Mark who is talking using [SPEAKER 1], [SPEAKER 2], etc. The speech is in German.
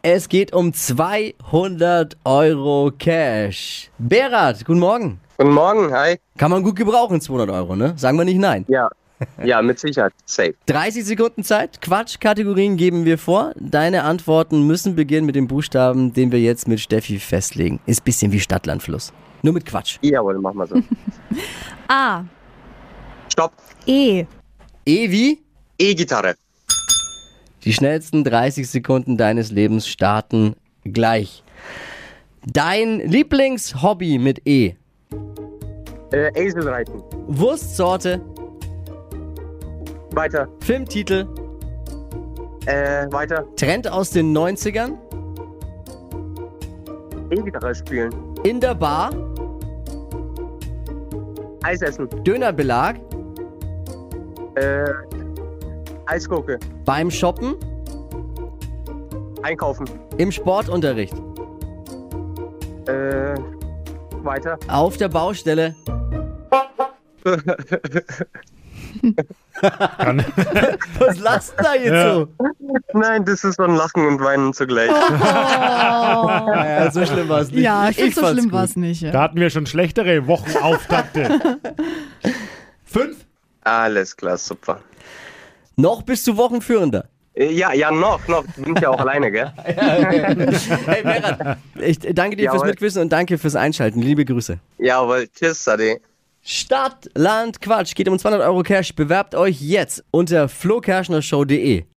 [SPEAKER 1] Es geht um 200 Euro Cash. Berat, guten Morgen.
[SPEAKER 2] Guten Morgen, hi.
[SPEAKER 1] Kann man gut gebrauchen, 200 Euro, ne? Sagen wir nicht nein.
[SPEAKER 2] Ja, ja, mit Sicherheit, safe.
[SPEAKER 1] 30 Sekunden Zeit. Quatschkategorien geben wir vor. Deine Antworten müssen beginnen mit dem Buchstaben, den wir jetzt mit Steffi festlegen. Ist bisschen wie Stadtlandfluss. Nur mit Quatsch.
[SPEAKER 2] Jawohl, machen wir so.
[SPEAKER 3] A.
[SPEAKER 2] Stopp,
[SPEAKER 3] E.
[SPEAKER 1] E wie?
[SPEAKER 2] E-Gitarre.
[SPEAKER 1] Die schnellsten 30 Sekunden deines Lebens starten gleich. Dein Lieblingshobby mit E.
[SPEAKER 2] Äh, Eselreiten.
[SPEAKER 1] Wurstsorte,
[SPEAKER 2] Weiter,
[SPEAKER 1] Filmtitel,
[SPEAKER 2] äh, weiter.
[SPEAKER 1] Trend aus den 90ern,
[SPEAKER 2] E-Gitarre spielen.
[SPEAKER 1] in der Bar,
[SPEAKER 2] Eis essen.
[SPEAKER 1] Dönerbelag,
[SPEAKER 2] Äh, Eisgurke.
[SPEAKER 1] beim Shoppen,
[SPEAKER 2] Einkaufen.
[SPEAKER 1] im Sportunterricht,
[SPEAKER 2] Äh, weiter.
[SPEAKER 1] auf der Baustelle. Was lachst du da jetzt
[SPEAKER 4] Ja.
[SPEAKER 1] so?
[SPEAKER 2] Nein, das ist so ein Lachen und Weinen zugleich.
[SPEAKER 3] Oh.
[SPEAKER 1] Ja, so schlimm war es nicht.
[SPEAKER 3] Ja, ich finde so
[SPEAKER 1] fand's
[SPEAKER 3] schlimm
[SPEAKER 1] gut.
[SPEAKER 3] war es nicht. Ja.
[SPEAKER 4] Da hatten wir schon schlechtere Wochenauftakte. Fünf?
[SPEAKER 2] Alles klar, super.
[SPEAKER 1] Noch bist du Wochenführender.
[SPEAKER 2] Äh, Ja, ja, noch, noch. Du bist ja auch alleine, gell?
[SPEAKER 1] Hey, Berat, ich danke dir fürs
[SPEAKER 2] Jawohl.
[SPEAKER 1] Mitwissen und danke fürs Einschalten. Liebe Grüße.
[SPEAKER 2] Jawohl, tschüss, Sade.
[SPEAKER 1] Stadt, Land, Quatsch. Geht um 200 Euro Cash. Bewerbt euch jetzt unter flokerschnershow.de.